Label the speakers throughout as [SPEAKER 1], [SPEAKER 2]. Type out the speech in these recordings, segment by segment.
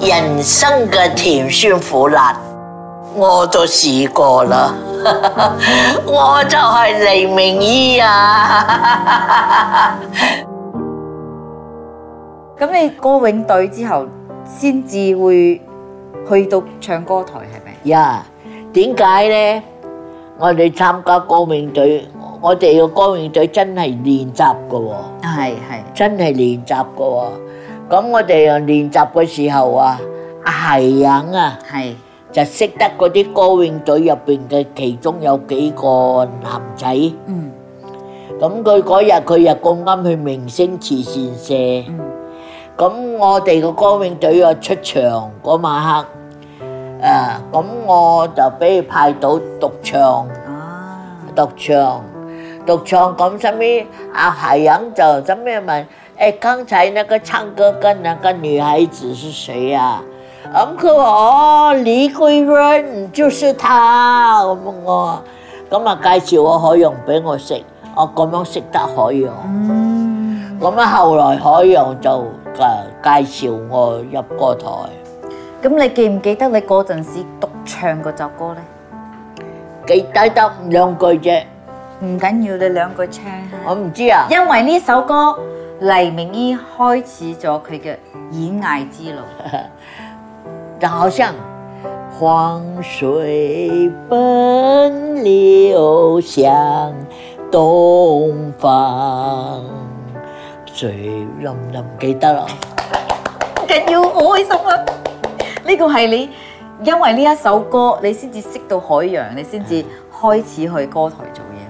[SPEAKER 1] 人生嘅甜酸苦辣，我都試過啦。 我就係黎明姨啊！
[SPEAKER 2] 咁你歌詠隊之後，先至會去到唱歌台係咪？
[SPEAKER 1] 呀，點解咧？我哋參加歌詠隊，我哋個歌詠隊真係練習嘅喎，
[SPEAKER 2] 係係
[SPEAKER 1] 真係練習嘅喎。咁我哋又練習嘅時候啊，係人啊〜
[SPEAKER 2] 係
[SPEAKER 1] 就識得嗰啲歌詠隊入邊嘅其中有幾個男仔，咁
[SPEAKER 2] 嗯
[SPEAKER 1] 佢嗰日佢又咁啱去明星慈善社，
[SPEAKER 2] 嗯
[SPEAKER 1] 咁我哋個歌詠隊啊出場嗰晚黑，啊咁我就俾佢派到獨唱，
[SPEAKER 2] 啊
[SPEAKER 1] 獨唱，獨唱咁，後尾阿海洋就後尾問：誒、剛才那個唱歌跟那個女孩子是誰啊？咁佢話：哦，李桂潤就是她咁我，咁啊介紹我海洋俾我識，我咁樣識得海洋。
[SPEAKER 2] 嗯，
[SPEAKER 1] 咁啊，後來海洋就誒介紹我入歌台，
[SPEAKER 2] 咁你記唔記得你嗰陣時獨唱嗰首歌咧？
[SPEAKER 1] 幾低得兩句啫，
[SPEAKER 2] 唔緊要，你兩句唱下
[SPEAKER 1] 我。唔知啊。
[SPEAKER 2] 因為呢首歌，黎明依開始咗佢嘅演藝之路。
[SPEAKER 1] 好像黄水奔流向东方，水淋淋記得啦，
[SPEAKER 2] 唔 緊要，好開心啊！呢個係你因為呢一首歌，你先至識到海洋，你先至開始去歌台做嘢。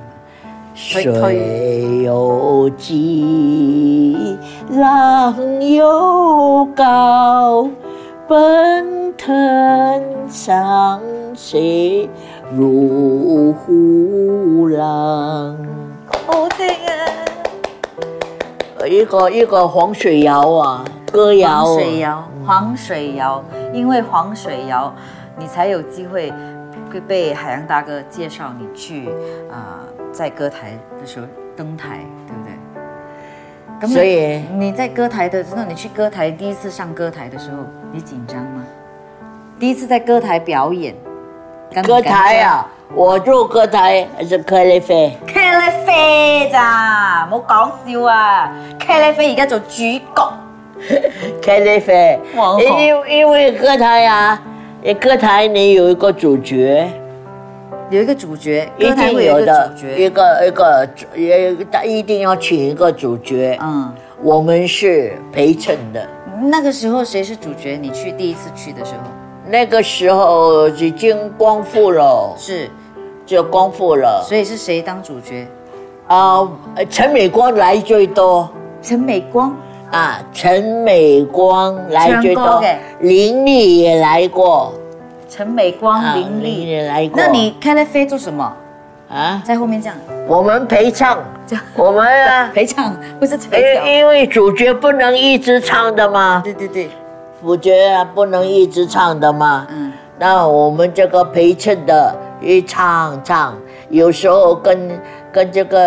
[SPEAKER 1] 水有急，浪又高，奔腾上水如虎浪。
[SPEAKER 2] 好聽啊！
[SPEAKER 1] 呃一个一个黄水窑啊，歌窑、嗯
[SPEAKER 2] 黃水窑，黃水窑，因為黃水窑，你才有機會被被海洋大哥介紹你去啊、在歌台的時候登台，對不對？咁你
[SPEAKER 1] 所以
[SPEAKER 2] 你在歌台的时候，你去歌台第一次上歌台的时候，你紧张吗？第一次在歌台表演，敢唔
[SPEAKER 1] 歌
[SPEAKER 2] 敢
[SPEAKER 1] 台啊，我入歌台是克里菲，
[SPEAKER 2] 張茄喱啡咋，唔好講笑啊！茄喱啡而家做主角，
[SPEAKER 1] 克里菲
[SPEAKER 2] 哇好，
[SPEAKER 1] 因因为歌台啊，歌台你有一个主角，
[SPEAKER 2] 有一個主角，
[SPEAKER 1] 一
[SPEAKER 2] 歌台
[SPEAKER 1] 定
[SPEAKER 2] 會有
[SPEAKER 1] 有
[SPEAKER 2] 一個
[SPEAKER 1] 的
[SPEAKER 2] 主，
[SPEAKER 1] 一
[SPEAKER 2] 角，
[SPEAKER 1] 个一个也一定要请一个主角，
[SPEAKER 2] 嗯，
[SPEAKER 1] 我们是陪衬的。
[SPEAKER 2] 那個時候誰是主角？你去第一次去的時候
[SPEAKER 1] 那个时候已经光复了，
[SPEAKER 2] 是，
[SPEAKER 1] 就光复了。
[SPEAKER 2] 所以是誰當主角？
[SPEAKER 1] 啊、陈美光来最多。
[SPEAKER 2] 陳美光，
[SPEAKER 1] 啊，陈美光来最
[SPEAKER 2] 唱
[SPEAKER 1] 多
[SPEAKER 2] 歌嘅，
[SPEAKER 1] 林立也来过，
[SPEAKER 2] 陳美光，
[SPEAKER 1] 啊
[SPEAKER 2] 哦林
[SPEAKER 1] 林
[SPEAKER 2] 立，
[SPEAKER 1] 也来过。
[SPEAKER 2] 那你茄喱啡做什麼？
[SPEAKER 1] 啊，
[SPEAKER 2] 在後面這樣。
[SPEAKER 1] 我们陪唱
[SPEAKER 2] 这样，
[SPEAKER 1] 我们 啊，哎
[SPEAKER 2] 陪唱不是彩
[SPEAKER 1] 因
[SPEAKER 2] 票。
[SPEAKER 1] 因为主角不能一直唱的嘛，
[SPEAKER 2] 对对对，
[SPEAKER 1] 主角啊不能一直唱的嘛。
[SPEAKER 2] 嗯，
[SPEAKER 1] 那我们这个陪衬的一唱唱，有时候跟跟这个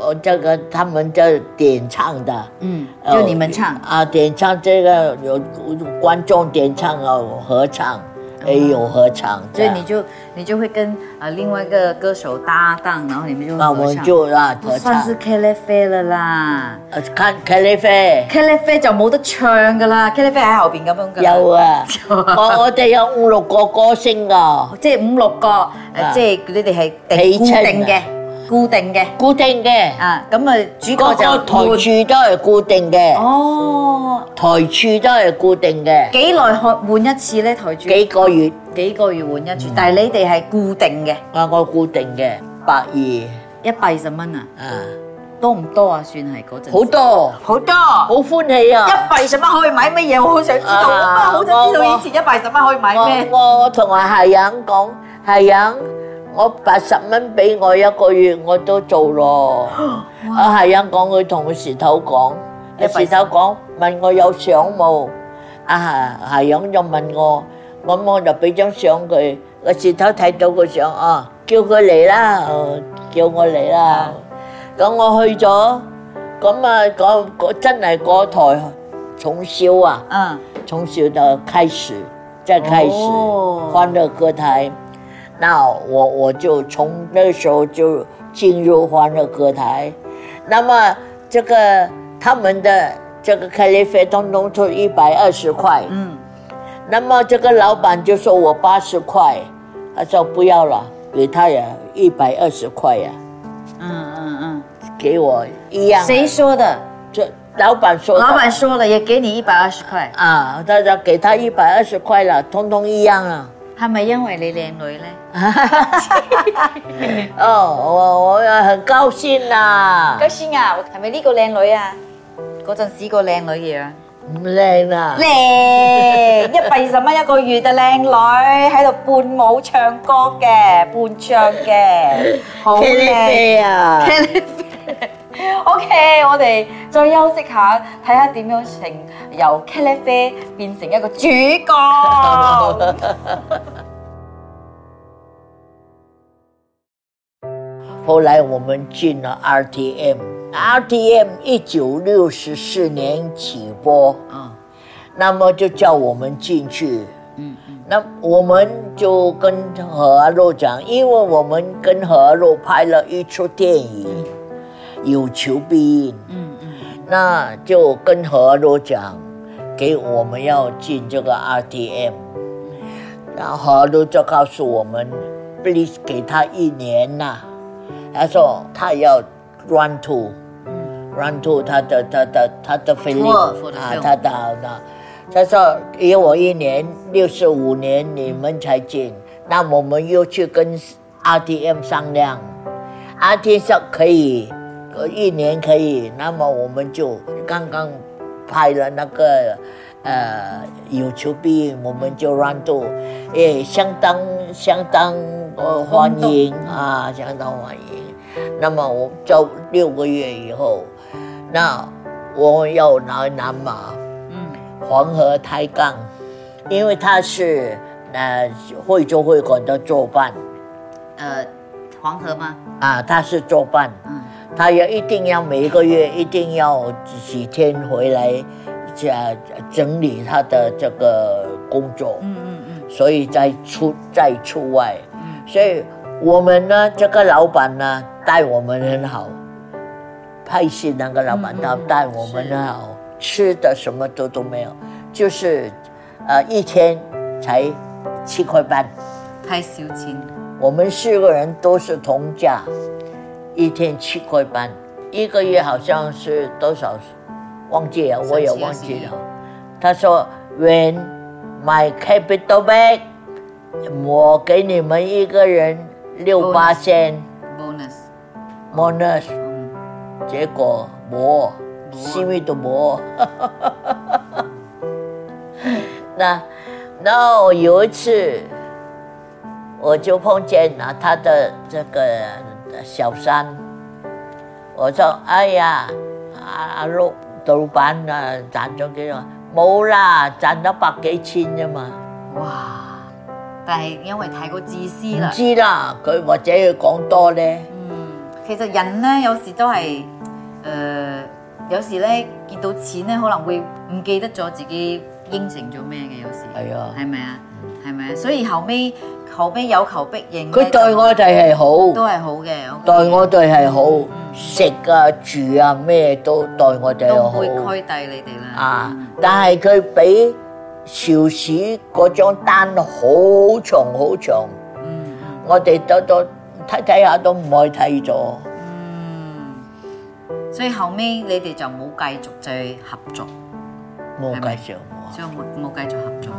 [SPEAKER 1] 呃这个他们的点唱的，
[SPEAKER 2] 嗯就你们唱
[SPEAKER 1] 啊，点唱这个有观众点唱啊，有合唱也有合唱
[SPEAKER 2] 哦所
[SPEAKER 1] 这
[SPEAKER 2] 以
[SPEAKER 1] 样，
[SPEAKER 2] 你就你就会跟呃另外一个歌手搭档，然后你们就
[SPEAKER 1] 那我
[SPEAKER 2] 合
[SPEAKER 1] 们
[SPEAKER 2] 唱。
[SPEAKER 1] 就啊
[SPEAKER 2] 不
[SPEAKER 1] 合
[SPEAKER 2] 算
[SPEAKER 1] 唱
[SPEAKER 2] 是，茄喱啡了啦，
[SPEAKER 1] 呃看茄喱啡
[SPEAKER 2] 茄喱啡就冇得唱噶啦，茄喱啡喺後邊咁樣噶。
[SPEAKER 1] 有 啊，我我哋有五六個歌星啊噶，
[SPEAKER 2] 即係五六個，誒即係你哋係定
[SPEAKER 1] 起
[SPEAKER 2] 固
[SPEAKER 1] 稱啊
[SPEAKER 2] 定嘅，固定嘅
[SPEAKER 1] 固定嘅，
[SPEAKER 2] 啊。咁啊，主角
[SPEAKER 1] 嗰個
[SPEAKER 2] 就
[SPEAKER 1] 台柱都係固定嘅，
[SPEAKER 2] 哦，
[SPEAKER 1] 台柱都係固定嘅，
[SPEAKER 2] 幾耐換換一次咧？台主
[SPEAKER 1] 幾個月。
[SPEAKER 2] 幾個月換一次，但係你哋係固定嘅，
[SPEAKER 1] 啊，我固定嘅百二
[SPEAKER 2] 一百二十蚊啊。
[SPEAKER 1] 啊，
[SPEAKER 2] 多唔多啊？算係嗰陣時
[SPEAKER 1] 好多，
[SPEAKER 2] 好多，
[SPEAKER 1] 好歡喜啊！
[SPEAKER 2] 一百二十蚊可以買乜嘢？我好想知道啊！
[SPEAKER 1] 啊
[SPEAKER 2] 好想知道以前一百二十蚊可以買
[SPEAKER 1] 我
[SPEAKER 2] 咩？
[SPEAKER 1] 我我同阿夏人講，夏人，我八十蚊俾我一個月，我都做咯。阿夏人講佢同佢舌頭講，阿
[SPEAKER 2] 120
[SPEAKER 1] 舌頭講問我有相冇，阿夏夏人就問我，咁我就俾張相佢，個舌頭睇到個相啊，叫佢嚟啦，呃叫我嚟啦。咁我去咗，咁啊，嗰嗰真係嗰台重修啊，
[SPEAKER 2] 嗯，
[SPEAKER 1] 重修的开始，再开始、
[SPEAKER 2] 哦
[SPEAKER 1] 欢乐歌台。那我我就从那时候就进入欢乐歌台。那么这个他们的这个咖喱费通通出一百二十块，
[SPEAKER 2] 嗯，
[SPEAKER 1] 那么这个老板就说我八十块，他说不要了，给他呀一百二十块呀，
[SPEAKER 2] 嗯嗯
[SPEAKER 1] 给我一样
[SPEAKER 2] 嗯，
[SPEAKER 1] 啊。
[SPEAKER 2] 谁说的？
[SPEAKER 1] 这老板说的？
[SPEAKER 2] 老板说了，也给你一百二十块，
[SPEAKER 1] 啊，他说给他一百二十块了，通通一样啊。
[SPEAKER 2] 系咪因为你靓女咧？
[SPEAKER 1] 哦，我我很高兴呐、
[SPEAKER 2] 高先啊，系咪呢個靚女啊？嗰陣時個靚女嘢啊，
[SPEAKER 1] 唔靓啦，
[SPEAKER 2] 靚一百二十蚊一個月嘅靚女喺度伴舞唱歌嘅，伴唱嘅， 好
[SPEAKER 1] 茄喱
[SPEAKER 2] 靚。
[SPEAKER 1] 啡啊，
[SPEAKER 2] O K，我哋再休息下，睇下點樣成由茄喱啡變成一個主 角。
[SPEAKER 1] 后来我们进了 RTM，RTM 一九六十四年起播，
[SPEAKER 2] 啊，嗯
[SPEAKER 1] 那么就叫我们进去。那我们就跟何阿肉讲，因为我们跟何阿肉拍了一出电影，有求必应。
[SPEAKER 2] 嗯嗯，
[SPEAKER 1] 那就跟何罗讲，给我们要进这个 RTM，然后何罗就告诉我们，please 给他一年呐、他说他要 run to run to 他的他的他的 f e e l
[SPEAKER 2] 嗯 Tour for the
[SPEAKER 1] 啊
[SPEAKER 2] film
[SPEAKER 1] 他的那，他说给我一年六十五年你们才进，那我们又去跟 RTM 商量。阿天说可以，呃一年可以，那么我们就刚刚拍了那个呃有求必应，我们就 run 度，也相当相当呃欢迎啊，相当欢迎。那么我就六个月以后，那我要拿南马，嗯，黄河抬杠，因为他是呃惠州会馆的作伴
[SPEAKER 2] 誒黃河嗎？
[SPEAKER 1] 啊，他是作伴。
[SPEAKER 2] 嗯
[SPEAKER 1] 他要一定要每个月一定要几天回来，呃整理他的这个工作，
[SPEAKER 2] 嗯嗯嗯
[SPEAKER 1] 所以在出在出外，所以我们呢这个老板呢待我们很好，拍戏那个老板
[SPEAKER 2] 嗯嗯
[SPEAKER 1] 他
[SPEAKER 2] 嗯
[SPEAKER 1] 待我们很好，吃的什么都都没有，就是呃一天才七块半，，
[SPEAKER 2] 太少錢。
[SPEAKER 1] 我们四个人都是同价，一天七块半，一个月好像是多少，忘记了，我也忘记了。他说，When my capital back，我给你们一个人六八千
[SPEAKER 2] bonus，
[SPEAKER 1] bonus，
[SPEAKER 2] 嗯，
[SPEAKER 1] 结果没，因为都没。 那，然后有一次，我就碰见了他的这个小三，我说：“哎呀，阿阿陸老闆啊，賺咗幾多？冇啦，賺咗百幾千啫嘛。
[SPEAKER 2] 哇！但係因為太過自私
[SPEAKER 1] 唔
[SPEAKER 2] 啦，
[SPEAKER 1] 知啦，佢或者佢講多咧。
[SPEAKER 2] 嗯，其實人咧有時都係誒、呃有時咧見到錢咧可能會唔記得咗自己應承咗咩嘅，有時
[SPEAKER 1] 係啊
[SPEAKER 2] 係咪啊？係咪啊？所以後尾後尾有求必應呢，
[SPEAKER 1] 佢對我哋係好。”
[SPEAKER 2] 都係好嘅，我覺得
[SPEAKER 1] 待我哋係好，食啊住啊咩都待我哋
[SPEAKER 2] 都唔會
[SPEAKER 1] 好
[SPEAKER 2] 虧待你哋啦。
[SPEAKER 1] 啊！但係佢俾邵氏嗰張單好長好長，
[SPEAKER 2] 嗯，嗯
[SPEAKER 1] 我哋都都睇睇下都唔可以睇咗。
[SPEAKER 2] 嗯，所以後尾你哋就冇繼續再合作，
[SPEAKER 1] 哦冇
[SPEAKER 2] 係
[SPEAKER 1] 介
[SPEAKER 2] 咪
[SPEAKER 1] 紹我，
[SPEAKER 2] 所以冇冇繼續合作。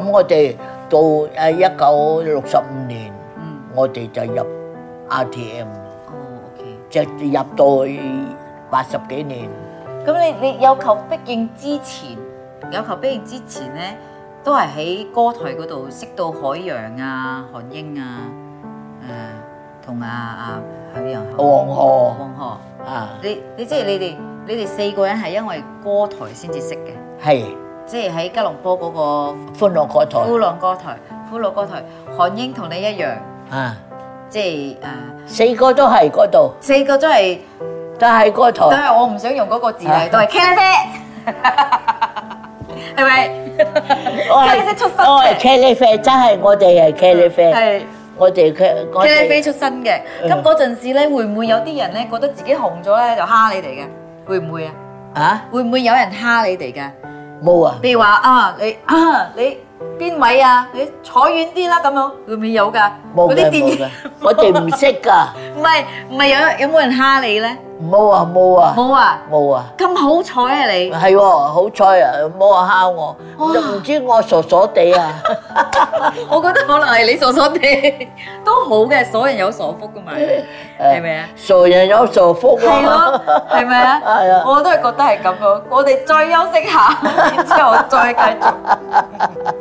[SPEAKER 1] 咁我哋到誒一九六十五年，
[SPEAKER 2] 嗯，
[SPEAKER 1] 我哋就入 RTM，
[SPEAKER 2] 哦，OK。
[SPEAKER 1] 即係入到八十幾年。
[SPEAKER 2] 咁你你有求必應之前，有求必應之前咧，都係喺歌台嗰度識到海洋啊、韓英啊，誒、同啊啊海洋、
[SPEAKER 1] 黃河
[SPEAKER 2] 黃河。
[SPEAKER 1] 啊，
[SPEAKER 2] 你你即係你哋你哋四個人係因為歌台先至識嘅，
[SPEAKER 1] 係
[SPEAKER 2] 即係喺吉隆坡嗰個
[SPEAKER 1] 歡樂嗰台
[SPEAKER 2] 呼浪歌台、呼浪歌台，韓英同你一樣，
[SPEAKER 1] 啊，
[SPEAKER 2] 即係誒、呃
[SPEAKER 1] 四個都係嗰度，
[SPEAKER 2] 四個都係，
[SPEAKER 1] 都係嗰台
[SPEAKER 2] 都。係我唔想用嗰個字嚟，都係茄喱啡。係咪？佢係識出身
[SPEAKER 1] 我係
[SPEAKER 2] 嘅，
[SPEAKER 1] 茄喱啡，真係我哋係茄喱啡，
[SPEAKER 2] 係。
[SPEAKER 1] 我哋茄我
[SPEAKER 2] 茄喱啡
[SPEAKER 1] 哋
[SPEAKER 2] 出身嘅，
[SPEAKER 1] 嗯
[SPEAKER 2] 咁嗰陣時咧，會唔會有啲人咧覺得自己紅咗咧就蝦你哋嘅？會唔會啊？
[SPEAKER 1] 啊
[SPEAKER 2] 會唔會有人蝦你哋嘅？
[SPEAKER 1] 冇啊，
[SPEAKER 2] 譬如話啊，你啊你邊位啊？你坐遠啲啦咁樣，會唔會有㗎？
[SPEAKER 1] 冇
[SPEAKER 2] 嗰啲
[SPEAKER 1] 嘅
[SPEAKER 2] 電
[SPEAKER 1] 冇
[SPEAKER 2] 影
[SPEAKER 1] 嘅，我哋唔識㗎，
[SPEAKER 2] 唔係唔係有有冇人蝦你咧？
[SPEAKER 1] 冇啊冇啊
[SPEAKER 2] 冇啊！
[SPEAKER 1] 冇啊。
[SPEAKER 2] 咁好彩啊你！
[SPEAKER 1] 係喎，好彩啊，冇人蝦我，
[SPEAKER 2] 哇
[SPEAKER 1] 都唔知我傻傻地啊！
[SPEAKER 2] 我覺得可能係你傻傻地，都好嘅，所人有所福 㗎嘛， 係咪啊？
[SPEAKER 1] 傻人有傻福
[SPEAKER 2] 係咯
[SPEAKER 1] 啊！，
[SPEAKER 2] 係咪啊？
[SPEAKER 1] 係啊
[SPEAKER 2] 我都係覺得係咁樣。我哋再休息下，然之後再繼續。